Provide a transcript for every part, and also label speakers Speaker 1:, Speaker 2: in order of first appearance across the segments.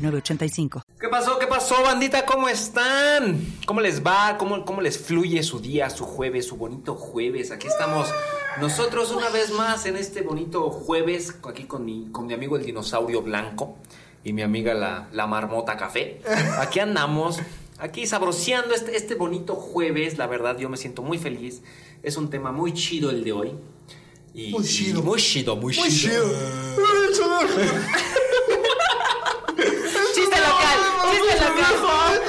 Speaker 1: 985.
Speaker 2: ¿Qué pasó? ¿Qué pasó, bandita? ¿Cómo están? ¿Cómo les va? ¿Cómo, ¿Cómo les fluye su día, su jueves, su bonito jueves? Aquí estamos nosotros una vez más en este bonito jueves, aquí con mi, con mi amigo el dinosaurio blanco y mi amiga la, la marmota café. Aquí andamos, aquí sabroseando este, este bonito jueves. La verdad, yo me siento muy feliz. Es un tema muy chido el de hoy. Y,
Speaker 3: Muy chido.
Speaker 2: y Muy chido, muy,
Speaker 3: Muy chido.
Speaker 2: Chiste local, chiste local.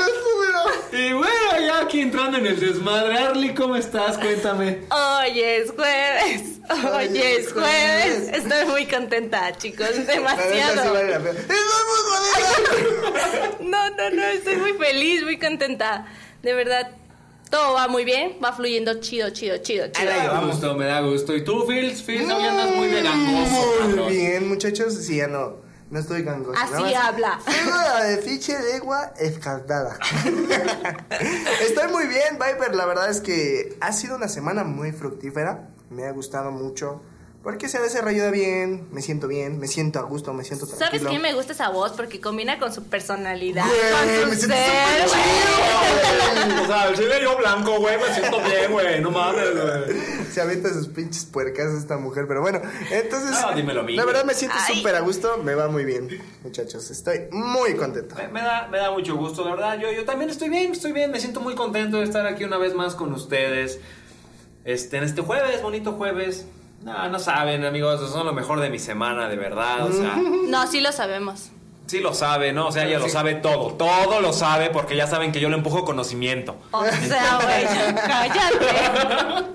Speaker 2: Y bueno, ya aquí entrando en el desmadre. Arly, ¿cómo estás? Cuéntame.
Speaker 4: Hoy es jueves, hoy es jueves. Estoy muy contenta, chicos, demasiado. No, no, no, estoy muy feliz, muy contenta. De verdad, todo va muy bien, va fluyendo chido, chido, chido, chido.
Speaker 2: Me da gusto, me da gusto. ¿Y tú, Fils? Fils, hoy andas muy de gangoso, cabrón.
Speaker 3: Mm, Muy bien, muchachos. Sí, ya no. No estoy gangoso.
Speaker 4: Así
Speaker 3: nada más.
Speaker 4: habla.
Speaker 3: Tengo la de fiche de agua escaldada. estoy muy bien, Viper. La verdad es que ha sido una semana muy fructífera. Me ha gustado mucho. Porque se ha desarrollado bien. Me siento bien. Me siento a gusto. Me siento tranquilo.
Speaker 4: ¿Sabes qué? Me gusta esa voz porque combina con su personalidad,
Speaker 3: Güey,
Speaker 4: con
Speaker 3: me
Speaker 4: su
Speaker 3: siento
Speaker 4: ser.
Speaker 3: súper chido, güey.
Speaker 2: O sea, el chile yo blanco, güey, me siento bien, güey, no mames, güey.
Speaker 3: Se avienta sus pinches puercas esta mujer, pero bueno, entonces.
Speaker 2: No, dímelo, amigo.
Speaker 3: La verdad me siento
Speaker 4: Ay.
Speaker 3: súper a gusto, me va muy bien, muchachos. Estoy muy contento.
Speaker 2: Me, me da, me da mucho gusto, la verdad. Yo, yo también estoy bien, estoy bien. Me siento muy contento de estar aquí una vez más con ustedes. Este, en este jueves, bonito jueves. No, no saben, amigos, son lo mejor de mi semana, de verdad. O sea,
Speaker 4: No, sí lo sabemos.
Speaker 2: Sí lo sabe, ¿no? O sea, ella lo
Speaker 3: Sí.
Speaker 2: sabe todo. Todo lo sabe porque ya saben que yo le empujo conocimiento.
Speaker 4: O sea, güey, cállate.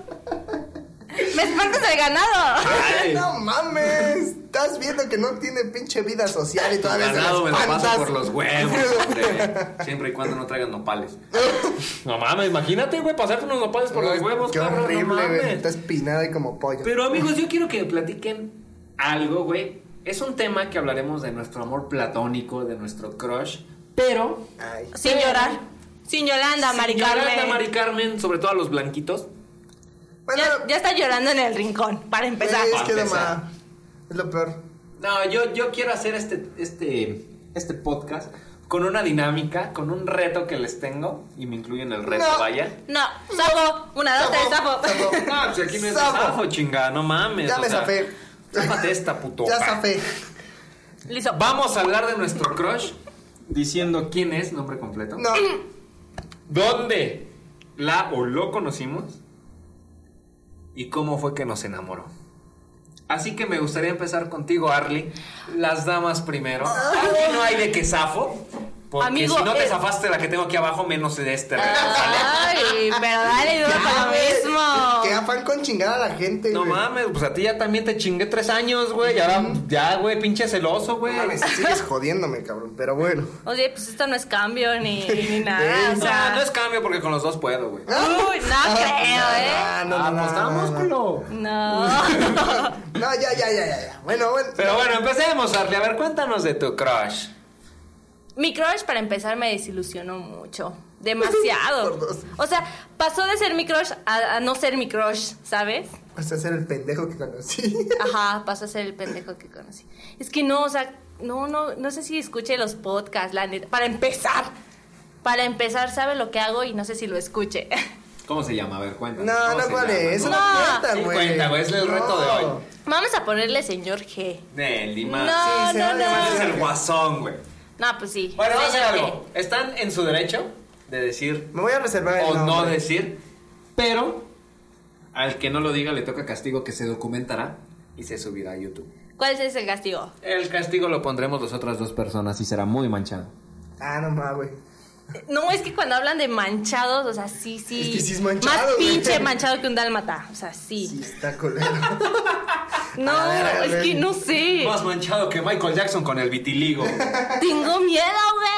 Speaker 4: Me espantas el ganado.
Speaker 3: Eh.
Speaker 2: Ay,
Speaker 3: No mames, estás viendo que no tiene pinche vida social y todavía se
Speaker 2: ganado me
Speaker 3: las
Speaker 2: lo
Speaker 3: pantas.
Speaker 2: paso por los huevos, hombre. Siempre y cuando no traigan nopales. No mames, imagínate, güey, pasarte unos nopales por los huevos,
Speaker 3: Qué
Speaker 2: cabrón, no
Speaker 3: horrible, güey.
Speaker 2: mames.
Speaker 3: Está espinada y como pollo.
Speaker 2: Pero amigos, yo quiero que platiquen algo, güey. Es un tema que hablaremos de nuestro amor platónico, de nuestro crush, pero
Speaker 3: Ay.
Speaker 4: Sin llorar. Sin Yolanda, Mari
Speaker 2: Yolanda,
Speaker 4: Carmen.
Speaker 2: Mari Carmen, sobre todo a los blanquitos.
Speaker 3: Bueno,
Speaker 4: Ya, ya está llorando en el rincón, para
Speaker 3: güey,
Speaker 4: empezar.
Speaker 3: es que
Speaker 2: Para
Speaker 3: lo
Speaker 2: empezar.
Speaker 3: ma- Es lo peor.
Speaker 2: No, yo, yo quiero hacer este, este, este podcast con una dinámica, con un reto que les tengo, y me incluyen el reto,
Speaker 3: No.
Speaker 2: vaya.
Speaker 4: No, sapo, una, dos, tres,
Speaker 3: Sapo,
Speaker 4: sapo.
Speaker 3: sapo.
Speaker 2: No, pues aquí no es de
Speaker 3: Zafo.
Speaker 2: zafo, chinga, no mames.
Speaker 3: Ya
Speaker 2: o
Speaker 3: me
Speaker 2: sea,
Speaker 3: zafé.
Speaker 2: záfate esta, puto.
Speaker 3: Ya
Speaker 2: Va.
Speaker 3: zafé.
Speaker 4: Listo.
Speaker 2: Vamos a hablar de nuestro crush, diciendo quién es, nombre completo.
Speaker 3: No,
Speaker 2: ¿Dónde la o lo conocimos? ¿Y cómo fue que nos enamoró? Así que me gustaría empezar contigo, Arly. Las damas primero.
Speaker 3: Ah.
Speaker 2: Aquí no hay de que zafo. Porque
Speaker 4: Amigo,
Speaker 2: si no te
Speaker 4: eh.
Speaker 2: zafaste la que tengo aquí abajo, menos de este.
Speaker 3: Ah.
Speaker 4: Ay, pero dale duro para lo mismo.
Speaker 3: que afán con chingar a la gente.
Speaker 2: No
Speaker 3: güey.
Speaker 2: mames, pues a ti ya también te chingué tres años, güey. Y ahora, ya, güey, pinche celoso, güey.
Speaker 3: Mames, sigues jodiéndome, cabrón. Pero bueno.
Speaker 4: Oye, pues esto no es cambio ni, ni nada. O
Speaker 2: Ah, No,
Speaker 4: sea,
Speaker 2: no es cambio porque con los dos puedo, güey.
Speaker 4: Uy, no creo, ¿eh?
Speaker 3: No, no, no,
Speaker 2: Apostamos,
Speaker 3: no, no, no.
Speaker 2: culo.
Speaker 4: No.
Speaker 3: No, ya, ya, ya, ya, ya. Bueno, bueno.
Speaker 2: Pero bueno, empecemos, Arly. A ver, cuéntanos de tu crush.
Speaker 4: Mi crush, para empezar, me desilusionó mucho.
Speaker 3: Por dos.
Speaker 4: Demasiado. O sea, pasó de ser mi crush a, a no ser mi crush, ¿sabes?
Speaker 3: Vas a ser el pendejo que conocí.
Speaker 4: Ajá, pasó a ser el pendejo que conocí. Es que no, o sea, no, no, no sé si escuche los podcasts, la neta. Para empezar, para empezar, sabe lo que hago y no sé si lo escuche.
Speaker 2: ¿Cómo se llama? A ver, cuéntanos.
Speaker 3: No,
Speaker 2: ¿Cómo
Speaker 3: no,
Speaker 2: se
Speaker 3: ¿cuál
Speaker 2: llama?
Speaker 3: es? Eso
Speaker 4: No.
Speaker 3: no cuenta,
Speaker 2: Sí,
Speaker 3: güey.
Speaker 2: cuenta, güey, es el reto de hoy.
Speaker 4: Vamos a ponerle señor G.
Speaker 2: Nelly,
Speaker 4: No,
Speaker 2: más.
Speaker 4: no,
Speaker 3: sí, se
Speaker 2: Ese
Speaker 3: vale
Speaker 2: es
Speaker 3: más.
Speaker 4: no.
Speaker 2: el guasón, güey.
Speaker 4: No, pues sí.
Speaker 2: Bueno, vamos a hacer
Speaker 4: señor
Speaker 2: algo. Están en su derecho de decir
Speaker 3: Me voy a reservar el
Speaker 2: o no
Speaker 3: nombre.
Speaker 2: decir, pero al que no lo diga le toca castigo que se documentará y se subirá a YouTube.
Speaker 4: G. ¿Cuál es el castigo?
Speaker 2: El castigo lo pondremos las otras dos personas y será muy manchado.
Speaker 3: Ah, no más, güey.
Speaker 4: No, es que cuando hablan de manchados, o sea, sí, sí.
Speaker 3: Es que sí es manchado,
Speaker 4: Más
Speaker 3: güey.
Speaker 4: pinche manchado que un dálmata. O sea, sí.
Speaker 3: Sí, está colero.
Speaker 4: No,
Speaker 3: A ver, a ver.
Speaker 4: es que no sé.
Speaker 2: Más manchado que Michael Jackson con el vitiligo.
Speaker 4: Tengo miedo,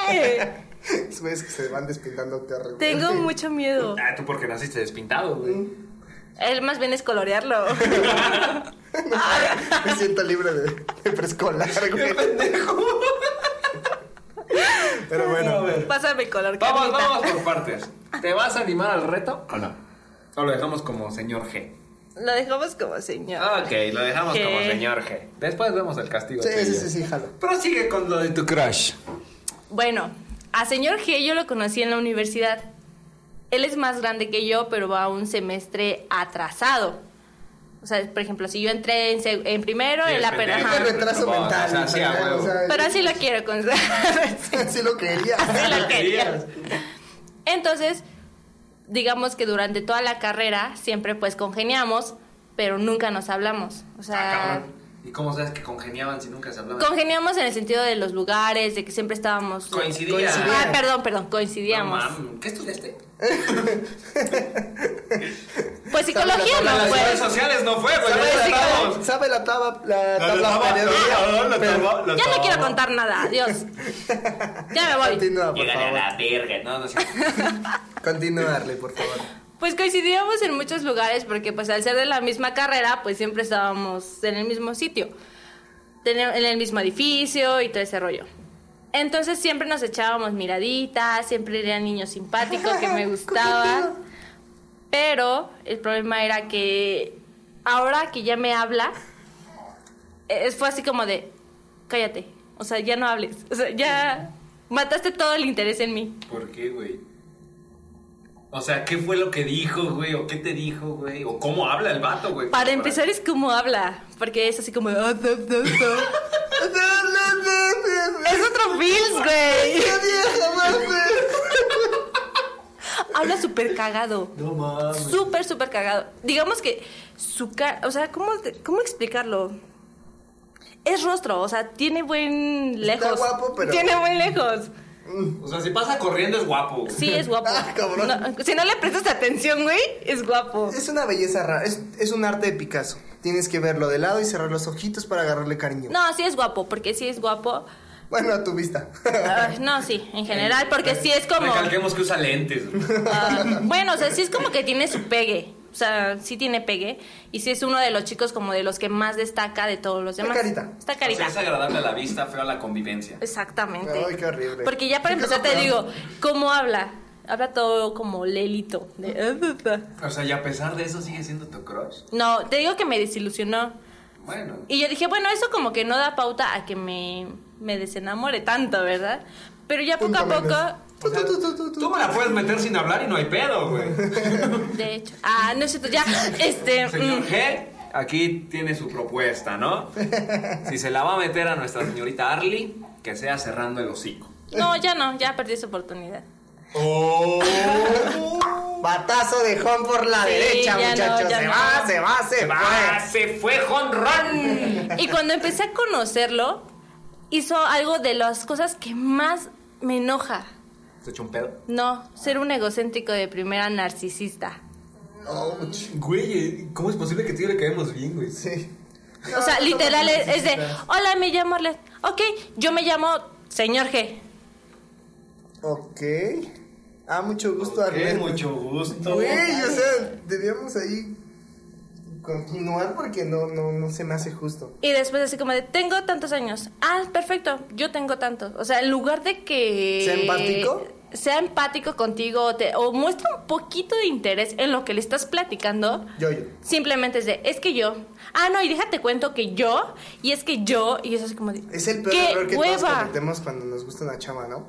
Speaker 4: güey.
Speaker 3: Esos güeyes que se van despintando terrible.
Speaker 4: Tengo mucho miedo.
Speaker 2: Ah, tú porque naciste despintado, güey.
Speaker 4: Él más bien es colorearlo.
Speaker 3: Me siento libre de, de preescolar, güey. Pero bueno,
Speaker 4: Pásame el color.
Speaker 2: Vamos,
Speaker 4: Carlita.
Speaker 2: vamos por partes. ¿Te vas a animar al reto o no? O lo dejamos como señor G.
Speaker 4: Lo dejamos como señor.
Speaker 2: Ok, lo dejamos
Speaker 4: G.
Speaker 2: como señor G. Después vemos el castigo.
Speaker 3: sí, sí,
Speaker 2: serio.
Speaker 3: sí, sí, jalo.
Speaker 2: Prosigue con lo de tu crush.
Speaker 4: Bueno, a señor G yo lo conocí en la universidad. Él es más grande que yo, pero va un semestre atrasado. O sea, por ejemplo, si yo entré en, seg- en primero, él apenas...
Speaker 3: pendejo.
Speaker 4: ajá.
Speaker 3: retraso mental,
Speaker 2: Oh, O sea, sí, a
Speaker 3: ¿sabes?
Speaker 2: huevo.
Speaker 3: O sea,
Speaker 4: Pero así lo quiero con...
Speaker 3: Sí lo quería.
Speaker 4: Así lo
Speaker 2: Lo querías.
Speaker 4: quería. Entonces, digamos que durante toda la carrera siempre pues congeniamos, pero nunca nos hablamos. O
Speaker 2: Ah,
Speaker 4: sea,
Speaker 2: cabrón. ¿Y cómo sabes que congeniaban si nunca se hablaban?
Speaker 4: congeniamos en el sentido de los lugares, de que siempre estábamos...
Speaker 2: Coincidían.
Speaker 4: Ah, perdón, perdón,
Speaker 2: No,
Speaker 4: coincidíamos.
Speaker 2: mam, ¿Qué estudiaste?
Speaker 4: pues psicología no,
Speaker 2: Las redes
Speaker 4: pues.
Speaker 2: sociales no fue, pues. ya
Speaker 3: ¿Sabe la
Speaker 2: estamos.
Speaker 3: tabla? ¿Sabe la tabla? La
Speaker 2: La
Speaker 3: tabla
Speaker 2: tabla-
Speaker 3: periódica?
Speaker 2: la
Speaker 3: Pero-
Speaker 2: tabla- la
Speaker 4: Ya no
Speaker 2: tabla.
Speaker 4: quiero contar nada, adiós. Ya me voy.
Speaker 3: Continúa, por
Speaker 2: Llegale a
Speaker 3: favor.
Speaker 2: la verga, no, no sé.
Speaker 3: Continúa, Arley, por favor.
Speaker 4: Pues coincidíamos en muchos lugares porque pues al ser de la misma carrera, pues siempre estábamos en el mismo sitio, Teni- en el mismo edificio y todo ese rollo. Entonces siempre nos echábamos miraditas, siempre era niño simpático que me gustaba. Pero el problema era que ahora que ya me habla, eh, fue así como de, cállate, o sea, ya no hables, o sea, ya mataste todo el interés en mí.
Speaker 2: ¿Por qué, güey? O sea, ¿qué fue lo que dijo, güey? ¿O qué te dijo, güey? ¿O cómo habla el vato, güey?
Speaker 4: Para empezar es como habla, porque es así como... "Ah, da, da, da". es otro Bills, güey. Habla súper cagado.
Speaker 2: No mames.
Speaker 4: Súper, súper cagado. Digamos que su cara... O sea, ¿cómo, te- ¿cómo explicarlo? Es rostro, o sea, tiene buen lejos.
Speaker 3: guapo, pero-
Speaker 4: Tiene buen lejos.
Speaker 2: O sea, si pasa corriendo es guapo. güey.
Speaker 4: Sí, es guapo.
Speaker 3: Ah, cabrón.
Speaker 4: No, si no le prestas atención, güey, es guapo.
Speaker 3: Es una belleza rara, es, es un arte de Picasso. Tienes que verlo de lado y cerrar los ojitos para agarrarle cariño.
Speaker 4: No, sí es guapo, porque sí es guapo.
Speaker 3: Bueno, a tu vista.
Speaker 4: Ah, no, sí, en general, porque sí es como...
Speaker 2: Recalquemos que usa lentes. güey.
Speaker 4: Ah, bueno, o sea, sí es como que tiene su pegue. O sea, sí tiene pegue. Y sí es uno de los chicos como de los que más destaca de todos los
Speaker 3: Está
Speaker 4: demás.
Speaker 3: carita.
Speaker 4: Está
Speaker 2: O sea,
Speaker 4: carita.
Speaker 2: es agradable a la vista, feo a la convivencia.
Speaker 4: Exactamente.
Speaker 3: Ay, qué horrible.
Speaker 4: Porque ya para
Speaker 3: Qué
Speaker 4: empezar te
Speaker 3: cosa
Speaker 4: digo, ¿cómo habla? Habla todo como lelito. de- "Ah,
Speaker 2: O sea, y a pesar de eso sigue siendo tu crush.
Speaker 4: No, te digo que me desilusionó.
Speaker 2: Bueno.
Speaker 4: Y yo dije, bueno, eso como que no da pauta a que me, me desenamore tanto, ¿verdad? Pero ya poco
Speaker 3: Punto
Speaker 4: a poco,
Speaker 3: menos. Tú, tú, tú, tú, tú, tú.
Speaker 2: Tú me la puedes meter sin hablar y no hay pedo, güey.
Speaker 4: de hecho. Ah, no es cierto, ya. Este.
Speaker 2: Señor
Speaker 4: mm,
Speaker 2: G, aquí tiene su propuesta, ¿no? Si se la va a meter a nuestra señorita Arly, que sea cerrando el hocico.
Speaker 4: no, ya no, ya perdí esa oportunidad.
Speaker 2: Oh.
Speaker 3: Batazo de Juan por la
Speaker 4: Sí,
Speaker 3: derecha,
Speaker 4: ya no,
Speaker 3: muchachos.
Speaker 4: ya
Speaker 3: se
Speaker 4: no.
Speaker 3: va, se va, se va.
Speaker 2: se fue jonrón!
Speaker 4: Y cuando empecé a conocerlo, hizo algo de las cosas que más me enoja.
Speaker 2: ¿Se echó un pedo?
Speaker 4: No, ser un egocéntrico de primera narcisista.
Speaker 2: Güey, ¿cómo es posible que tú y yo le quedemos bien, güey?
Speaker 3: Sí.
Speaker 4: O sea, literal es, es de, hola, me llamo Arlet. Ok, yo me llamo señor G.
Speaker 3: Ok. Ah, mucho gusto, Arley.
Speaker 2: mucho gusto.
Speaker 3: Güey, o sea, debíamos ahí continuar porque no, no, no se me hace justo.
Speaker 4: Y después así como de, tengo tantos años. Ah, perfecto, yo tengo tantos. O sea, en lugar de que...
Speaker 3: ¿Sea empático?
Speaker 4: Sea empático contigo te- o muestra un poquito de interés en lo que le estás platicando.
Speaker 3: Yo, yo.
Speaker 4: Simplemente es de, es que yo. Ah, no, y déjate cuento que yo, y es que yo, y eso es como de.
Speaker 3: Es el peor
Speaker 4: ¡Qué
Speaker 3: error que todos
Speaker 4: hueva!
Speaker 3: cometemos cuando nos gusta una chama, ¿no?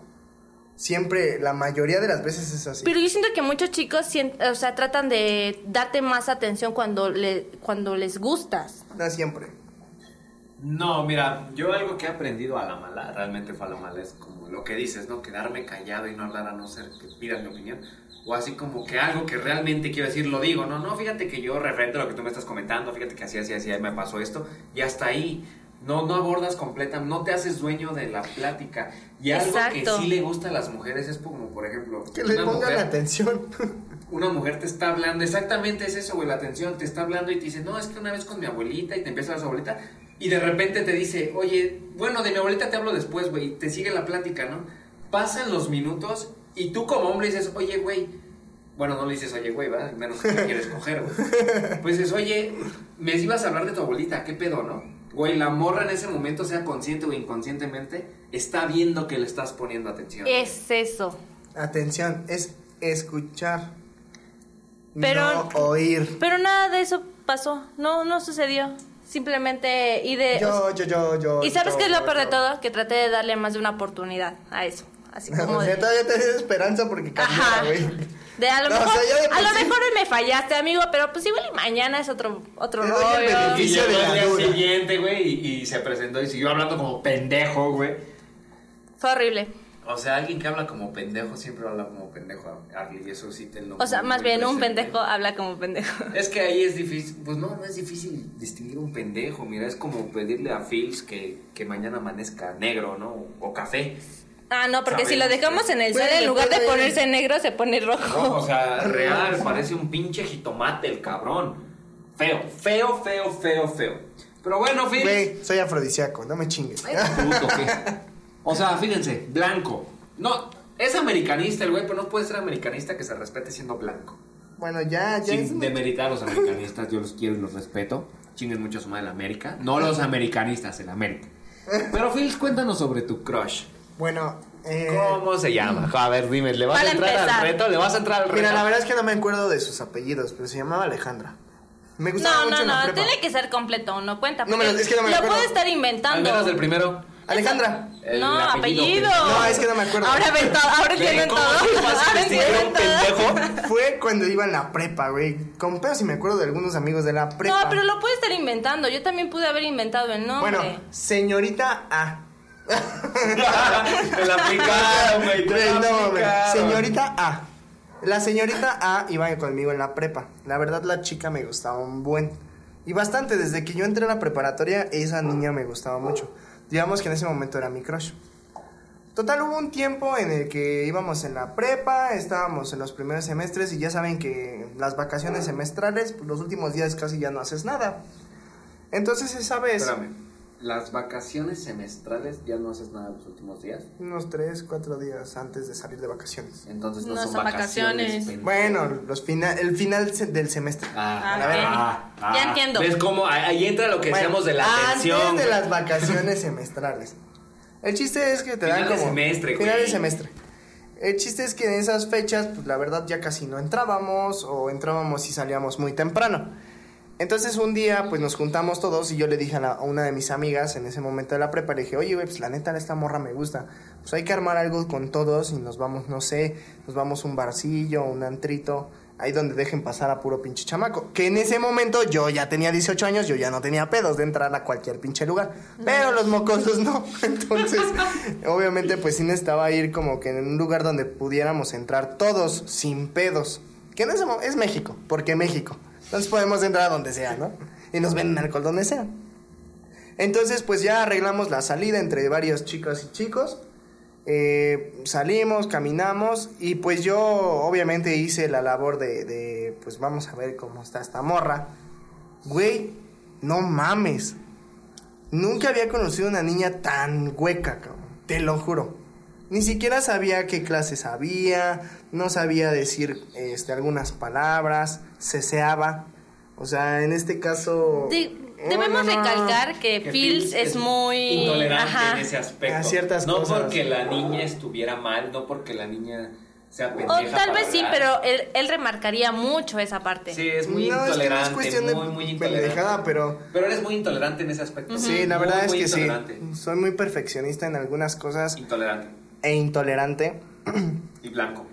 Speaker 3: Siempre, la mayoría de las veces es así.
Speaker 4: Pero yo siento que muchos chicos, sien- o sea, tratan de darte más atención cuando, le, cuando les gustas.
Speaker 3: No siempre.
Speaker 2: No, mira, yo algo que he aprendido a la mala, realmente fue a la mala, es como lo que dices, ¿no? Quedarme callado y no hablar a no ser que pidas mi opinión. O así como que algo que realmente quiero decir lo digo, ¿no? No, fíjate que yo referente a lo que tú me estás comentando, fíjate que así, así, así, ahí me pasó esto, y hasta ahí. No, no abordas completa, no te haces dueño de la plática. Y algo
Speaker 4: Exacto.
Speaker 2: que sí le gusta a las mujeres es como, por ejemplo,
Speaker 3: Que le
Speaker 2: una
Speaker 3: pongan
Speaker 2: mujer-
Speaker 3: atención.
Speaker 2: una mujer te está hablando, exactamente es eso, güey, la atención, te está hablando y te dice, no, es que una vez con mi abuelita y te empieza a hablar su abuelita y de repente te dice, oye, bueno, de mi abuelita te hablo después, güey, y te sigue la plática, ¿no? Pasan los minutos y tú como hombre dices, oye, güey, bueno, no le dices, oye, güey, va, menos que te quieres coger, güey. Pues dices, oye, me ibas a hablar de tu abuelita, ¿qué pedo, no? Güey, la morra en ese momento, sea consciente o inconscientemente, está viendo que le estás poniendo atención.
Speaker 4: Es eso.
Speaker 3: Atención, es escuchar. No
Speaker 4: Pero-
Speaker 3: oír.
Speaker 4: Pero nada de eso pasó. No, no sucedió. Simplemente y de.
Speaker 3: Yo, yo, yo, yo.
Speaker 4: Eh, y sabes
Speaker 3: yo,
Speaker 4: qué es lo
Speaker 3: yo,
Speaker 4: peor de
Speaker 3: yo.
Speaker 4: todo, que traté de darle más de una oportunidad a eso. Así como
Speaker 3: O
Speaker 4: de.
Speaker 3: sea, todavía te dio esperanza porque cambiara,
Speaker 4: Ajá.
Speaker 3: güey.
Speaker 4: De a lo
Speaker 3: No, o
Speaker 4: mejor,
Speaker 3: sea, ya de por
Speaker 4: a lo
Speaker 3: sí-
Speaker 4: mejor me fallaste, amigo, pero pues igual y mañana es otro, otro
Speaker 3: Te
Speaker 4: rollo.
Speaker 3: doy el
Speaker 2: Y
Speaker 3: beneficio.
Speaker 2: llegó
Speaker 3: de la
Speaker 2: al día
Speaker 3: duda.
Speaker 2: siguiente, güey, y, y se presentó y siguió hablando como pendejo, güey.
Speaker 4: Fue horrible.
Speaker 2: O sea, alguien que habla como pendejo siempre habla como pendejo, Arlie, y eso sí te lo...
Speaker 4: O sea, más
Speaker 2: muy
Speaker 4: bien
Speaker 3: Pues,
Speaker 4: un
Speaker 2: presente.
Speaker 4: pendejo habla como pendejo.
Speaker 2: Es que ahí es difícil, pues no, no es difícil distinguir un pendejo, mira, es como pedirle a Phils que, que mañana amanezca negro, ¿no? O café.
Speaker 4: Ah, no, porque si lo
Speaker 2: Sabemos,
Speaker 4: dejamos en el
Speaker 3: Bueno,
Speaker 4: sol, en lugar de
Speaker 3: puede-
Speaker 4: ponerse negro, se pone rojo.
Speaker 2: No, o sea, real, parece un pinche jitomate el cabrón. Feo, feo, feo, feo, feo. Pero bueno, Phils...
Speaker 3: Güey, soy afrodisíaco, no me chingues.
Speaker 2: Puto, ¿qué? O sea, fíjense, blanco. No, es americanista el güey, pero no puede ser americanista que se respete siendo blanco.
Speaker 3: Bueno, ya, ya. es-
Speaker 2: Sin demeritar a los americanistas, yo los quiero y los respeto. Chinguen mucho a su madre la América. No los americanistas, el América. Pero Phil, cuéntanos sobre tu crush.
Speaker 3: Bueno, eh.
Speaker 2: ¿Cómo se llama? A ver, dime, ¿le vas
Speaker 4: Para
Speaker 2: a entrar
Speaker 4: empezar.
Speaker 2: al reto? ¿Le vas a entrar al reto?
Speaker 3: Mira, la verdad es que no me acuerdo de sus apellidos, pero se llamaba Alejandra. Me gustaba
Speaker 4: No,
Speaker 3: mucho
Speaker 4: no,
Speaker 3: en la
Speaker 4: no,
Speaker 3: prepa.
Speaker 4: tiene que ser completo, no cuenta.
Speaker 3: No me
Speaker 4: porque
Speaker 3: lo- es que no me lo acuerdo.
Speaker 4: puedo estar
Speaker 2: al
Speaker 4: inventando.
Speaker 2: menos el primero.
Speaker 3: Alejandra.
Speaker 2: El
Speaker 4: no, apellido.
Speaker 2: que-
Speaker 3: No, es que no me acuerdo.
Speaker 4: Ahora ven todo, ahora entienden
Speaker 2: ¿Cómo
Speaker 4: todo.
Speaker 2: es fácil
Speaker 4: Ahora
Speaker 2: distinguir a
Speaker 4: entienden
Speaker 2: un
Speaker 4: todo.
Speaker 2: pendejo?
Speaker 3: Fue cuando iba en la prepa, güey. Con pedo si me acuerdo de algunos amigos de la prepa.
Speaker 4: No, pero lo puedo estar inventando. Yo también pude haber inventado el nombre.
Speaker 3: Bueno, señorita A.
Speaker 2: Te la aplicaron, güey. te la
Speaker 3: Güey, no, güey.
Speaker 2: aplicaron.
Speaker 3: Señorita A. La señorita A iba conmigo en la prepa. La verdad, la chica me gustaba un buen. Y bastante, desde que yo entré a la preparatoria, esa niña me gustaba mucho. Digamos que en ese momento era mi crush. Total, hubo un tiempo en el que íbamos en la prepa, estábamos en los primeros semestres y ya saben que las vacaciones semestrales, pues, los últimos días casi ya no haces nada. Entonces esa vez,
Speaker 2: Espérame. Las vacaciones semestrales ya no haces nada los últimos días.
Speaker 3: unos tres, cuatro días antes de salir de vacaciones.
Speaker 2: Entonces no,
Speaker 4: No
Speaker 2: son
Speaker 4: son
Speaker 2: vacaciones.
Speaker 4: vacaciones.
Speaker 2: pendejo.
Speaker 3: Bueno, los fina- el final se- del semestre.
Speaker 2: Ah,
Speaker 4: Ah, ok. Ya entiendo.
Speaker 2: ¿Ves cómo? Ahí ahí entra lo que
Speaker 3: Bueno,
Speaker 2: decíamos de la atención.
Speaker 3: Antes
Speaker 2: güey.
Speaker 3: de las vacaciones semestrales. El chiste es que te dan
Speaker 2: Final de
Speaker 3: como.
Speaker 2: semestre,
Speaker 3: Final de
Speaker 2: güey.
Speaker 3: semestre. El chiste es que en esas fechas, pues la verdad ya casi no entrábamos o entrábamos y salíamos muy temprano. Entonces un día, pues nos juntamos todos y yo le dije a, la- a una de mis amigas en ese momento de la prepa, le dije, oye, güey, pues la neta, esta morra me gusta. Pues hay que armar algo con todos y nos vamos, no sé, nos vamos a un barcillo, un antrito, ahí donde dejen pasar a puro pinche chamaco. Que en ese momento yo ya tenía 18 años, yo ya no tenía pedos de entrar a cualquier pinche lugar. Pero los mocosos no. Entonces, obviamente, pues sí necesitaba ir como que en un lugar donde pudiéramos entrar todos sin pedos. Que en ese momento es México, porque México. Entonces podemos entrar a donde sea, ¿no? Y nos venden alcohol donde sea. Entonces, pues ya arreglamos la salida entre varios chicos y chicos. Eh, salimos, caminamos y pues yo obviamente hice la labor de, de, pues vamos a ver cómo está esta morra. Güey, no mames. Nunca había conocido una niña tan hueca, cabrón. Te lo juro. Ni siquiera sabía qué clases había, no sabía decir este, algunas palabras, ceseaba. O sea, en este caso...
Speaker 4: De-
Speaker 3: no,
Speaker 4: debemos
Speaker 3: no, no.
Speaker 4: recalcar que, Fields es, muy.
Speaker 2: Intolerante
Speaker 4: Ajá.
Speaker 2: en ese aspecto.
Speaker 3: A ciertas
Speaker 2: no
Speaker 3: cosas.
Speaker 2: porque la niña estuviera mal, no porque la niña sea
Speaker 4: O
Speaker 2: pendeja.
Speaker 4: tal
Speaker 2: para
Speaker 4: vez sí,
Speaker 2: hablar.
Speaker 4: pero él, él remarcaría mucho esa parte.
Speaker 2: Sí, es muy
Speaker 3: No, es que no es
Speaker 2: intolerante.
Speaker 3: cuestión de
Speaker 2: muy, muy intolerante.
Speaker 3: pendejada, pero-
Speaker 2: Pero eres muy intolerante en ese aspecto.
Speaker 3: Sí, la
Speaker 2: Muy,
Speaker 3: verdad
Speaker 2: muy
Speaker 3: es que
Speaker 2: intolerante.
Speaker 3: sí. Soy muy perfeccionista en algunas cosas
Speaker 2: Intolerante.
Speaker 3: e intolerante
Speaker 2: Y blanco.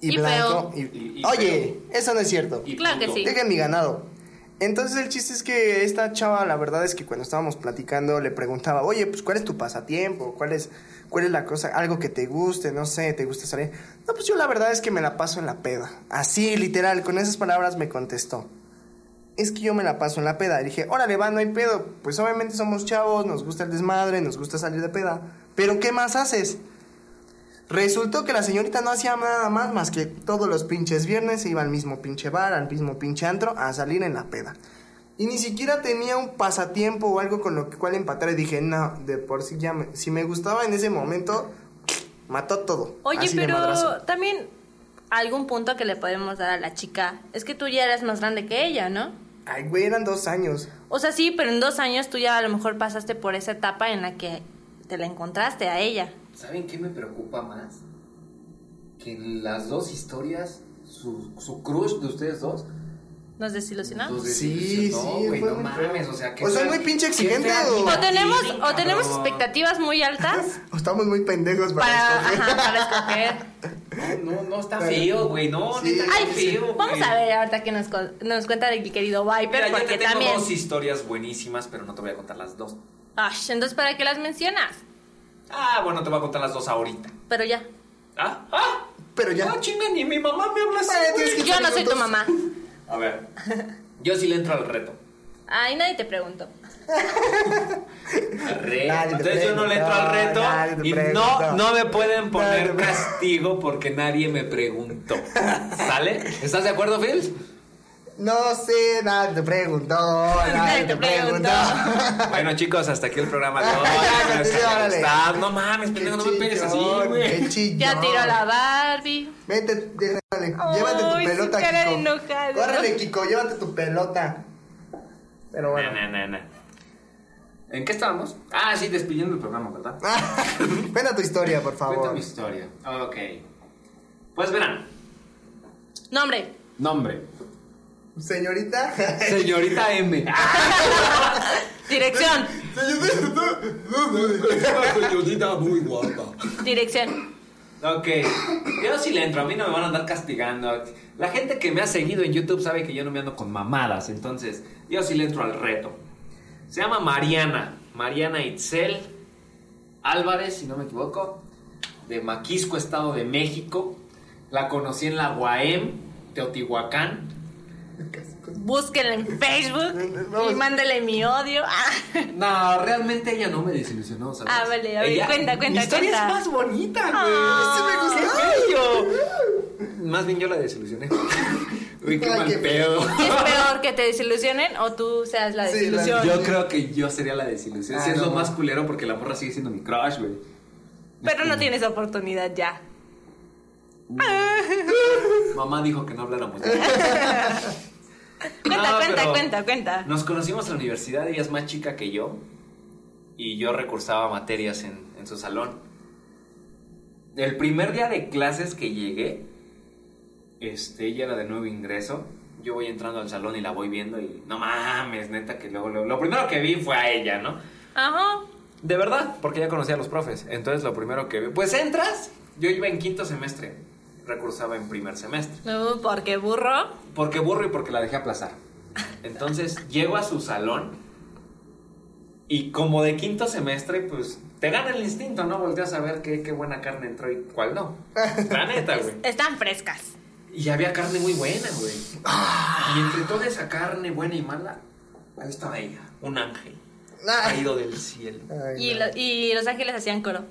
Speaker 3: y,
Speaker 4: Y
Speaker 3: blanco.
Speaker 4: feo.
Speaker 3: y-
Speaker 2: Y- y
Speaker 3: Oye, eso no es cierto.
Speaker 2: Y
Speaker 4: Claro que
Speaker 2: puto.
Speaker 4: sí.
Speaker 3: Dejen mi ganado. Entonces el chiste es que esta chava, la verdad es que cuando estábamos platicando le preguntaba, oye, pues cuál es tu pasatiempo, cuál es, cuál es la cosa, algo que te guste, no sé, te gusta salir. No, pues yo la verdad es que me la paso en la peda. Así, literal, con esas palabras me contestó. es que yo me la paso en la peda. Y dije, órale, va, no hay pedo. Pues obviamente somos chavos, nos gusta el desmadre, nos gusta salir de peda. Pero ¿qué más haces? Resultó que la señorita no hacía nada más más que todos los pinches viernes se iba al mismo pinche bar, al mismo pinche antro a salir en la peda. Y ni siquiera tenía un pasatiempo o algo con lo cual empatar. Y dije, no, de por sí ya me- si me gustaba en ese momento, mató todo.
Speaker 4: Oye,
Speaker 3: Así de madrazo.
Speaker 4: pero también algún punto que le podemos dar a la chica es que tú ya eres más grande que ella, ¿no?
Speaker 3: Ay, güey, eran dos años.
Speaker 4: O sea, sí, pero en dos años tú ya a lo mejor pasaste por esa etapa en la que te la encontraste a ella.
Speaker 2: ¿Saben qué me preocupa más? Que en las dos historias, su, su crush de ustedes dos.
Speaker 4: ¿Nos desilusionamos?
Speaker 2: los
Speaker 3: Sí,
Speaker 2: desilusionó,
Speaker 3: sí,
Speaker 2: güey,
Speaker 3: fue
Speaker 2: no
Speaker 3: muy
Speaker 2: mames,
Speaker 3: feo.
Speaker 2: o sea, que.
Speaker 3: O soy
Speaker 2: fea-
Speaker 3: muy pinche
Speaker 2: qué
Speaker 3: exigente,
Speaker 2: fea
Speaker 3: o-
Speaker 2: actitud,
Speaker 4: O tenemos, o tenemos
Speaker 2: cabrón.
Speaker 4: expectativas muy altas
Speaker 3: O Estamos muy pendejos para,
Speaker 4: para,
Speaker 3: escoger.
Speaker 4: ajá, para escoger.
Speaker 2: No, no, no, está
Speaker 3: Pero-
Speaker 2: feo, güey, no,
Speaker 3: Sí.
Speaker 2: neta,
Speaker 4: Ay,
Speaker 2: qué
Speaker 4: sí.
Speaker 2: feo,
Speaker 4: Vamos
Speaker 2: güey.
Speaker 4: a ver ahorita que nos, cu- nos cuenta el querido Viper,
Speaker 2: Mira, yo
Speaker 4: porque
Speaker 2: te tengo
Speaker 4: también.
Speaker 2: dos historias buenísimas, pero no te voy a contar las dos.
Speaker 4: Ay, entonces, ¿para qué las mencionas?
Speaker 2: Ah, bueno, te voy a contar las dos ahorita.
Speaker 4: Pero ya.
Speaker 2: Ah, ah.
Speaker 3: Pero ya.
Speaker 2: No, chinga, ni mi mamá me habla así,
Speaker 3: Ay,
Speaker 2: güey.
Speaker 3: tienes que-
Speaker 4: Yo no soy tu mamá.
Speaker 2: A ver, yo sí le entro al reto.
Speaker 4: Ay, nadie te preguntó.
Speaker 2: Arre.
Speaker 3: Nadie te
Speaker 2: Entonces yo no le entro al reto
Speaker 3: preguntó, nadie te
Speaker 2: y no,
Speaker 3: preguntó.
Speaker 2: no me pueden
Speaker 3: Nadie
Speaker 2: poner
Speaker 3: te pre-
Speaker 2: castigo porque nadie me preguntó. ¿Sale? ¿Estás de acuerdo, Phil?
Speaker 3: No sé, nadie te preguntó, nadie te preguntó.
Speaker 2: Bueno, chicos, hasta aquí el programa de hoy.
Speaker 3: Ya,
Speaker 2: Espero que les haya
Speaker 3: órale.
Speaker 2: gustado. No mames, pendejo, no me
Speaker 3: Qué
Speaker 2: pegues así,
Speaker 3: chillón,
Speaker 2: güey.
Speaker 3: Qué chillón.
Speaker 4: Ya tiró la Barbie.
Speaker 3: Vete, déjale,
Speaker 4: Ay,
Speaker 3: llévate tu
Speaker 4: su
Speaker 3: pelota,
Speaker 4: cara de
Speaker 3: Kiko.
Speaker 4: enojado.
Speaker 3: Córrele, Kiko, llévate tu pelota. Pero
Speaker 2: Na,
Speaker 3: bueno.
Speaker 2: na, na, na. ¿En qué estábamos? Ah, sí, despidiendo el programa, ¿verdad?
Speaker 3: Ven a tu historia, por
Speaker 2: Cuenta
Speaker 3: favor.
Speaker 2: mi historia. Ok. Pues verán.
Speaker 4: Nombre.
Speaker 2: Nombre.
Speaker 3: Señorita.
Speaker 2: Señorita M.
Speaker 4: Dirección.
Speaker 2: Señorita muy guapa.
Speaker 4: Dirección.
Speaker 2: Ok, yo sí le entro, a mí no me van a andar castigando. La gente que me ha seguido en YouTube sabe que yo no me ando con mamadas, entonces yo sí le entro al reto. Se llama Mariana, Mariana Itzel Álvarez, si no me equivoco, de Maquisco, Estado de México. La conocí en la Guaem, Teotihuacán.
Speaker 4: Búsquenla en Facebook y mándele mi odio. Ah,
Speaker 2: No, realmente ella no me desilusionó, ¿sabes?
Speaker 4: Ah, vale, a ver, cuenta, cuenta,
Speaker 2: Mi historia
Speaker 4: cuenta.
Speaker 2: es más bonita, güey.
Speaker 4: Ah.
Speaker 2: Sí me gustó. Qué bello. Más bien yo la desilusioné. Uy, qué
Speaker 3: Ay,
Speaker 2: mal
Speaker 3: qué
Speaker 2: pedo.
Speaker 4: ¿Es peor que te desilusionen o tú seas la
Speaker 3: Sí, la-
Speaker 4: desilusión?
Speaker 2: Yo creo que yo sería la desilusión.
Speaker 3: Ah,
Speaker 2: si es
Speaker 3: no.
Speaker 2: lo más culero porque la morra sigue siendo mi crush, güey.
Speaker 4: Pero no tienes oportunidad ya.
Speaker 2: Mamá dijo que no habláramos de eso.
Speaker 4: Cuenta,
Speaker 2: No,
Speaker 4: cuenta,
Speaker 2: pero
Speaker 4: cuenta, cuenta.
Speaker 2: Nos conocimos en la universidad, ella es más chica que yo. Y yo recursaba materias en, en su salón. El primer día de clases que llegué, este, ella era de nuevo ingreso. Yo voy entrando al salón y la voy viendo y no mames, neta, que luego, luego- lo primero que vi fue a ella, ¿no?
Speaker 4: Ajá.
Speaker 2: De verdad, porque ya conocía a los profes. Entonces lo primero que vi, pues entras. Yo iba en quinto semestre, recursaba en primer semestre.
Speaker 4: No, porque burro.
Speaker 2: Porque burro y porque la dejé aplazar. Entonces llego a su salón y como de quinto semestre, pues te gana el instinto, ¿no? Volteas a ver qué, qué buena carne entró y cuál no. La neta, güey.
Speaker 4: Están frescas.
Speaker 2: Y había carne muy buena, güey. Y entre toda esa carne buena y mala, ahí estaba ella, un ángel, caído del cielo.
Speaker 3: Ay,
Speaker 4: Y,
Speaker 3: no.
Speaker 4: lo- y los ángeles hacían coro.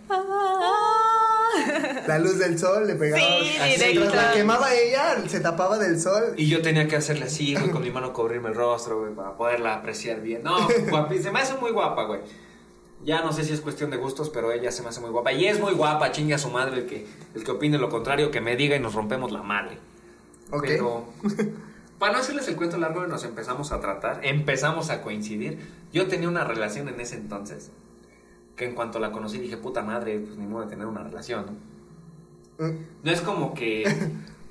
Speaker 3: La luz del sol le pegaba.
Speaker 4: Sí,
Speaker 2: Así,
Speaker 3: Mientras la
Speaker 4: directo.
Speaker 3: quemaba ella, se tapaba del sol.
Speaker 2: Y yo tenía que hacerle así, güey, con mi mano cubrirme el rostro, güey, para poderla apreciar bien. No, guapi, se me hace muy guapa, güey. Ya no sé si es cuestión de gustos, pero ella se me hace muy guapa. Y es muy guapa, chingue a su madre el que, el que opine lo contrario, que me diga y nos rompemos la madre.
Speaker 3: Ok.
Speaker 2: Pero, para no hacerles el cuento largo, nos empezamos a tratar, empezamos a coincidir. Yo tenía una relación en ese entonces, que en cuanto la conocí dije, puta madre, pues ni modo de tener una relación, ¿no?
Speaker 3: Mm,
Speaker 2: No es como que,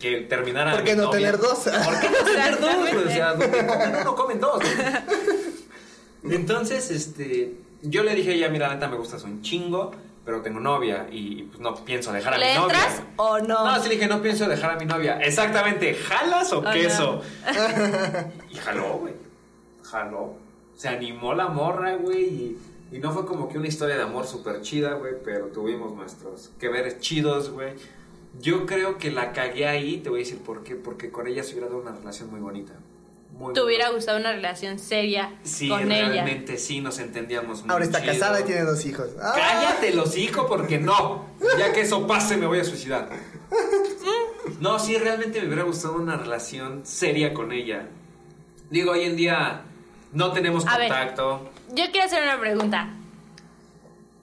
Speaker 2: que terminara.
Speaker 3: ¿Por qué
Speaker 2: mi
Speaker 3: no
Speaker 2: novia.
Speaker 3: tener dos?
Speaker 2: ¿Por qué no tener dos? güey? O sea, donde comen uno, comen dos. güey. Entonces, este. Yo le dije a ella, mira, la neta me gustas un chingo, pero tengo novia y, y, pues no pienso dejar a
Speaker 4: ¿Le
Speaker 2: mi novia.
Speaker 4: entras o no?
Speaker 2: No, sí le dije, no pienso dejar a mi novia. Exactamente, ¿jalas o
Speaker 4: no.
Speaker 2: queso? y jaló, güey. Jaló. Se animó la morra, güey, y, y no fue como que una historia de amor súper chida, güey, pero tuvimos nuestros que ver chidos, güey. Yo creo que la cagué ahí, te voy a decir por qué, porque con ella se hubiera dado una relación muy bonita. Muy
Speaker 4: te
Speaker 2: bueno.
Speaker 4: hubiera gustado una relación seria
Speaker 2: Sí,
Speaker 4: con ella.
Speaker 2: realmente sí nos entendíamos muy
Speaker 3: Ahora está
Speaker 2: chido.
Speaker 3: casada y tiene dos hijos. ¡Ah!
Speaker 2: Cállate los hijos porque no. Ya que eso pase me voy a suicidar. No, sí, realmente me hubiera gustado una relación seria con ella. Digo, hoy en día no tenemos
Speaker 4: A ver.
Speaker 2: contacto.
Speaker 4: Yo quiero hacer una pregunta.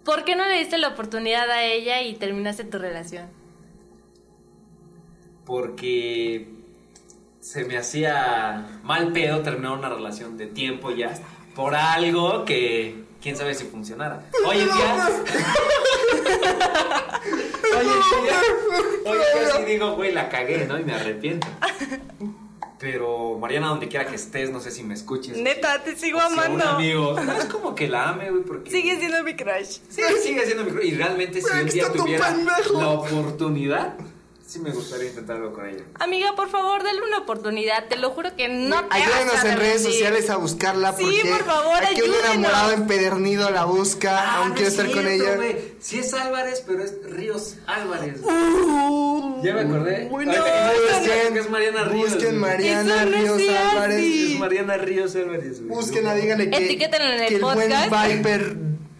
Speaker 4: ¿Por qué no le diste la oportunidad a ella y terminaste tu relación?
Speaker 2: porque se me hacía mal pedo terminar una relación de tiempo ya por algo que quién sabe si funcionara. Hoy en día, hoy en día, hoy en día sí digo, güey, la cagué, ¿no? Y me arrepiento. Pero Mariana, donde quiera que estés, no sé si me escuches.
Speaker 4: Neta, te sigo
Speaker 2: o sea, un
Speaker 4: amando.
Speaker 2: amigo. No es como que la ame, güey, porque
Speaker 4: Sigue siendo mi crush.
Speaker 2: Sí, sigue siendo mi cru- Y realmente si
Speaker 3: Pero
Speaker 2: un
Speaker 3: aquí
Speaker 2: día
Speaker 3: está tu
Speaker 2: tuviera
Speaker 3: pendejo.
Speaker 2: la oportunidad, sí me gustaría intentarlo con ella.
Speaker 4: Amiga, por favor, dale una oportunidad. Te lo juro que no te vas
Speaker 3: Ayúdenos
Speaker 4: a
Speaker 3: en redes
Speaker 4: arrepentir.
Speaker 3: sociales a buscarla
Speaker 4: Sí,
Speaker 3: porque
Speaker 4: por favor,
Speaker 3: aquí un
Speaker 4: ayúdenos. Ah,
Speaker 3: enamorado empedernido la busca,
Speaker 2: Ah,
Speaker 3: aún quiere estar con ella.
Speaker 2: Si es Álvarez, pero es Ríos Álvarez. ya me acordé.
Speaker 3: Uh, Bueno,
Speaker 2: Ahorita que me dijiste
Speaker 3: busquen,
Speaker 2: que es Mariana Ríos.
Speaker 3: busquen
Speaker 2: güey.
Speaker 3: Mariana
Speaker 4: Eso no es
Speaker 3: Ríos
Speaker 4: cierto.
Speaker 3: Álvarez.
Speaker 2: Es Mariana Ríos Álvarez. güey.
Speaker 3: Búsquenla, díganle que,
Speaker 4: Etiquétenla en el
Speaker 3: que el buen
Speaker 4: podcast.
Speaker 3: Viper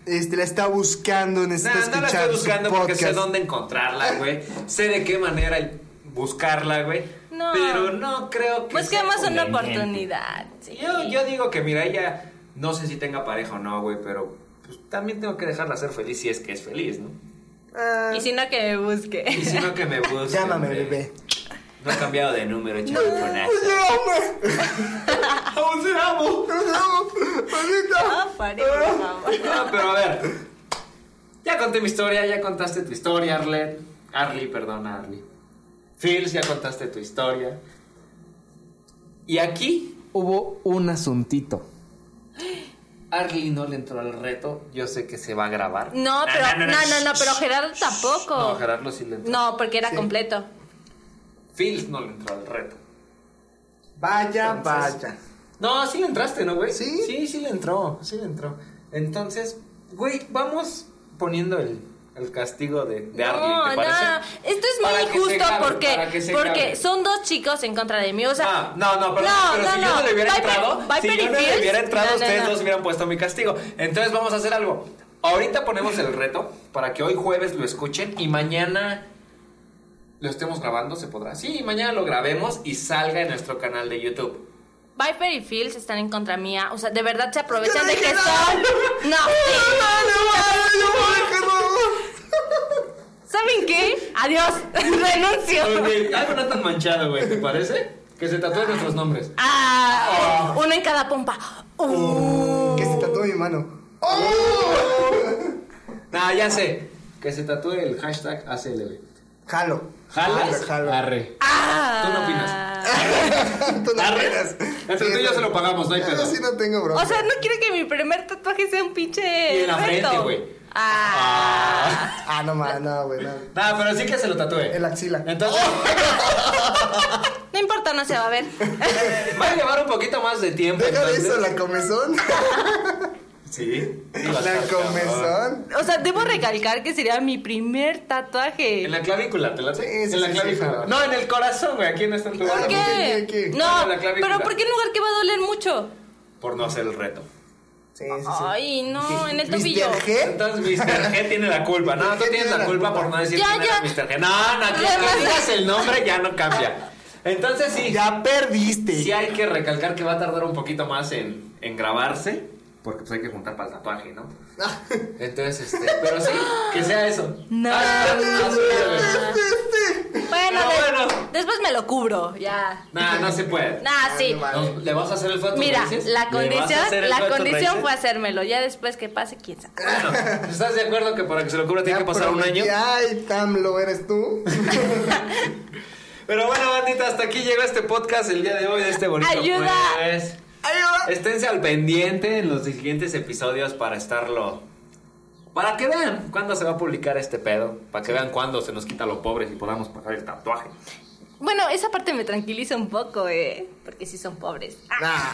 Speaker 3: este, la está buscando,
Speaker 2: Nah,
Speaker 3: necesita
Speaker 2: no
Speaker 3: escuchar
Speaker 2: la estoy
Speaker 3: su
Speaker 2: buscando porque
Speaker 3: podcast.
Speaker 2: sé dónde encontrarla, güey. sé de qué manera el- buscarla, güey.
Speaker 4: No. Pues
Speaker 2: Pero no creo que. sea
Speaker 4: Busquemos una
Speaker 2: conveniente.
Speaker 4: oportunidad. sí.
Speaker 2: Yo, yo digo que, mira, ella no sé si tenga pareja o no, güey, pero pues, también tengo que dejarla ser feliz si es que es feliz, ¿no?
Speaker 3: Ah,
Speaker 4: Y si no, que me busque.
Speaker 2: Y si no, que me busque.
Speaker 3: llámame,
Speaker 2: güey.
Speaker 3: bebé.
Speaker 2: No he cambiado de número, chaval.
Speaker 3: Llámame.
Speaker 2: ¡Aún se amo!
Speaker 4: Ah, pare, por favor.
Speaker 2: No, Ah, pero a ver. Ya conté mi historia, ya contaste tu historia, Arlen. Arly, perdón, Arly. Fils, ya contaste tu historia. Y aquí hubo un asuntito. Arly no le entró al reto. Yo sé que se va a grabar.
Speaker 4: No,
Speaker 2: Nah,
Speaker 4: pero.
Speaker 2: nah,
Speaker 4: No,
Speaker 2: nah, nah,
Speaker 4: no, no,
Speaker 2: shh,
Speaker 4: pero
Speaker 2: shh.
Speaker 4: Gerardo tampoco.
Speaker 2: No, Gerardo sí le entró.
Speaker 4: No, porque era completo.
Speaker 2: Fils no le entró al reto.
Speaker 3: Vaya,
Speaker 2: Entonces-
Speaker 3: vaya.
Speaker 2: No, sí le entraste, ¿no, güey?
Speaker 3: ¿Sí?
Speaker 2: Sí, sí le entró, sí le entró. Entonces, güey, vamos poniendo el, el castigo de, de Arly, ¿te parece?
Speaker 4: Esto es
Speaker 2: Para
Speaker 4: muy
Speaker 2: que se
Speaker 4: injusto
Speaker 2: cabe, para que
Speaker 4: porque,
Speaker 2: se cabe.
Speaker 4: porque son dos chicos en contra de mí. O sea,
Speaker 2: Ah, no, no, pero, pero si yo no le hubiera
Speaker 4: Viper-
Speaker 2: entrado,
Speaker 4: Viper
Speaker 2: si yo
Speaker 4: y
Speaker 2: no le
Speaker 4: Fierce,
Speaker 2: hubiera entrado,
Speaker 4: no, no,
Speaker 2: ustedes
Speaker 4: no.
Speaker 2: dos hubieran puesto mi castigo. Entonces vamos a hacer algo. Ahorita ponemos el reto para que hoy jueves lo escuchen y mañana lo estemos grabando, ¿se podrá? Sí, mañana lo grabemos y salga en nuestro canal de YouTube.
Speaker 4: Viper y Fields están en contra mía. O sea, de verdad se aprovechan
Speaker 3: Yo
Speaker 4: de
Speaker 3: no
Speaker 4: que
Speaker 3: dije
Speaker 4: son. No, sí. ¿Saben qué? Adiós. Renuncio.
Speaker 2: Ok, Algo no tan manchado, güey, ¿te parece? Que se tatúen nuestros nombres.
Speaker 4: Ah, uno en cada pompa. Uh.
Speaker 3: Que se tatuó mi mano. Ah,
Speaker 2: Nah, ya sé. Que se tatúe el hashtag ACLB.
Speaker 3: Jalo.
Speaker 2: ¿Jalas?
Speaker 3: Jalo, jalo.
Speaker 2: Arre.
Speaker 4: Ah.
Speaker 2: ¿Tú no opinas?
Speaker 3: Tú no
Speaker 2: Arre.
Speaker 3: opinas.
Speaker 2: Entre tú y yo se lo pagamos, no hay pedo.
Speaker 3: Yo sí no tengo broma.
Speaker 4: O sea, no quiero que mi primer tatuaje sea un pinche.
Speaker 2: Y en la
Speaker 4: reto.
Speaker 2: frente, güey.
Speaker 4: Ah.
Speaker 3: Ah, no, ma, no, güey, no.
Speaker 2: Nah, Ah, pero sí que se lo tatúe.
Speaker 3: En la axila. Oh.
Speaker 2: Entonces,
Speaker 4: No importa, no se va a ver.
Speaker 2: va a llevar un poquito más de tiempo.
Speaker 3: Deja de
Speaker 2: entonces.
Speaker 3: eso, la comezón.
Speaker 2: Sí. sí va a
Speaker 3: La
Speaker 2: estar cabrón.
Speaker 3: comezón.
Speaker 4: O sea, debo recalcar que sería mi primer tatuaje.
Speaker 2: En la clavícula, ¿te late?
Speaker 3: Sí, sí,
Speaker 2: en la
Speaker 3: sí,
Speaker 2: clavícula.
Speaker 3: sí.
Speaker 2: no, en el corazón, güey. Aquí no está el lugar.
Speaker 4: ¿Por
Speaker 3: Aquí, aquí.
Speaker 4: qué?
Speaker 2: Ah,
Speaker 4: No,
Speaker 2: en la clavícula.
Speaker 4: pero ¿por qué en lugar que va a doler mucho?
Speaker 2: Por no hacer el reto.
Speaker 3: Sí, sí, sí.
Speaker 4: Ay, no, en el tobillo.
Speaker 3: Mr. G.
Speaker 2: Entonces, Mr. G tiene la culpa. No, tú
Speaker 3: G
Speaker 2: tienes la culpa por no decir
Speaker 4: Ya,
Speaker 2: quién era
Speaker 4: ya.
Speaker 2: Mr. G. No, no, aquí
Speaker 4: Ya, ya.
Speaker 2: digas el nombre ya no cambia. Entonces, sí.
Speaker 3: Ya perdiste.
Speaker 2: Sí hay que recalcar que va a tardar un poquito más en, en grabarse, porque pues hay que juntar para el tatuaje, ¿no?
Speaker 3: Ah.
Speaker 2: Entonces, este, pero sí, que sea eso.
Speaker 4: No.
Speaker 2: Ah, ah, ah, sí, ah, sí. Pero
Speaker 4: Bueno, de-
Speaker 2: bueno.
Speaker 4: después me lo cubro, ya.
Speaker 2: Nah, no se puede.
Speaker 4: Nah, sí.
Speaker 3: no
Speaker 2: Nos- ¿Le vas a hacer el foto?
Speaker 4: Mira,
Speaker 2: Ulises?
Speaker 4: la
Speaker 2: ¿Le vas a hacer
Speaker 4: condición,
Speaker 2: el
Speaker 4: la
Speaker 2: foto,
Speaker 4: condición
Speaker 2: Ulises?
Speaker 4: fue hacérmelo. Ya después que pase, quién sabe.
Speaker 2: Bueno, ¿estás de acuerdo que para que se lo cubra tiene que pasar un año?
Speaker 3: Ay, Tamlo, ¿eres tú?
Speaker 2: Pero bueno, bandita, hasta aquí llegó este podcast el día de hoy de este bonito
Speaker 4: Ayuda.
Speaker 2: jueves. Esténse al pendiente en los siguientes episodios para estarlo. Para que vean cuándo se va a publicar este pedo. Para que vean cuándo se nos quita lo pobres y podamos pagar el tatuaje.
Speaker 4: Bueno, esa parte me tranquiliza un poco, eh. Porque sí son pobres. Ah.
Speaker 3: Nah,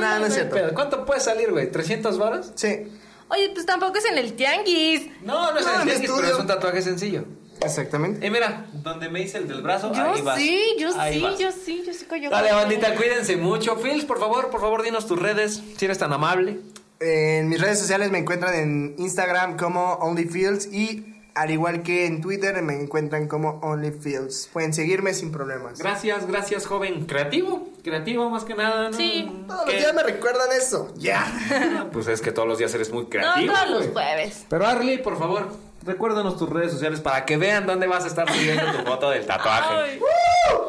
Speaker 3: nah, no es cierto.
Speaker 2: Pero, ¿Cuánto puede salir, güey? ¿300 varas?
Speaker 3: Sí.
Speaker 4: Oye, pues tampoco es en el tianguis.
Speaker 2: No, no es
Speaker 3: No,
Speaker 2: en
Speaker 3: en
Speaker 2: el tianguis,
Speaker 3: estudio.
Speaker 2: pero es un tatuaje sencillo.
Speaker 3: Exactamente.
Speaker 2: Eh, mira, donde me hice el del brazo,
Speaker 4: Yo
Speaker 2: ahí vas.
Speaker 4: sí, yo
Speaker 2: Ahí
Speaker 4: sí,
Speaker 2: vas.
Speaker 4: yo sí, yo sí coyote.
Speaker 2: Dale, bandita, cuídense mucho. Phil, por favor, por favor, dinos tus redes, si eres tan amable.
Speaker 3: En mis redes sociales me encuentran en Instagram como OnlyFields y al igual que en Twitter me encuentran como OnlyFields. Pueden seguirme sin problemas.
Speaker 2: Gracias, gracias, joven. Creativo, creativo más que nada, ¿no?
Speaker 4: Sí.
Speaker 3: Todos
Speaker 2: ¿Qué?
Speaker 3: los días me recuerdan eso. Ya.
Speaker 2: Pues es que todos los días eres muy
Speaker 4: No,
Speaker 2: creativo.
Speaker 4: todos los
Speaker 2: güey.
Speaker 4: jueves.
Speaker 2: Pero Arly, por favor, recuérdanos tus redes sociales para que vean dónde vas a estar subiendo tu foto del tatuaje.
Speaker 4: Ay.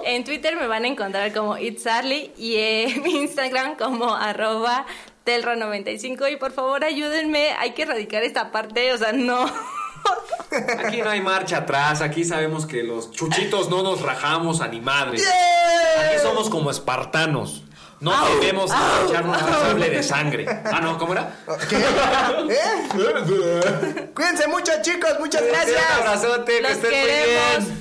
Speaker 4: En Twitter me van a encontrar como It's Arly y en mi Instagram como arroba telro95 y por favor ayúdenme, hay que erradicar esta parte, o sea, no.
Speaker 2: Aquí no hay marcha atrás, aquí sabemos que los chuchitos no nos rajamos a ni madre. Aquí somos como espartanos. No debemos echarnos un sable de sangre. Ah, no, ¿cómo era?
Speaker 3: ¿Qué? ¿Eh? Cuídense mucho, chicos. Muchas gracias.
Speaker 2: Un abrazote, que
Speaker 4: Los
Speaker 2: estén muy
Speaker 4: queremos.
Speaker 2: bien.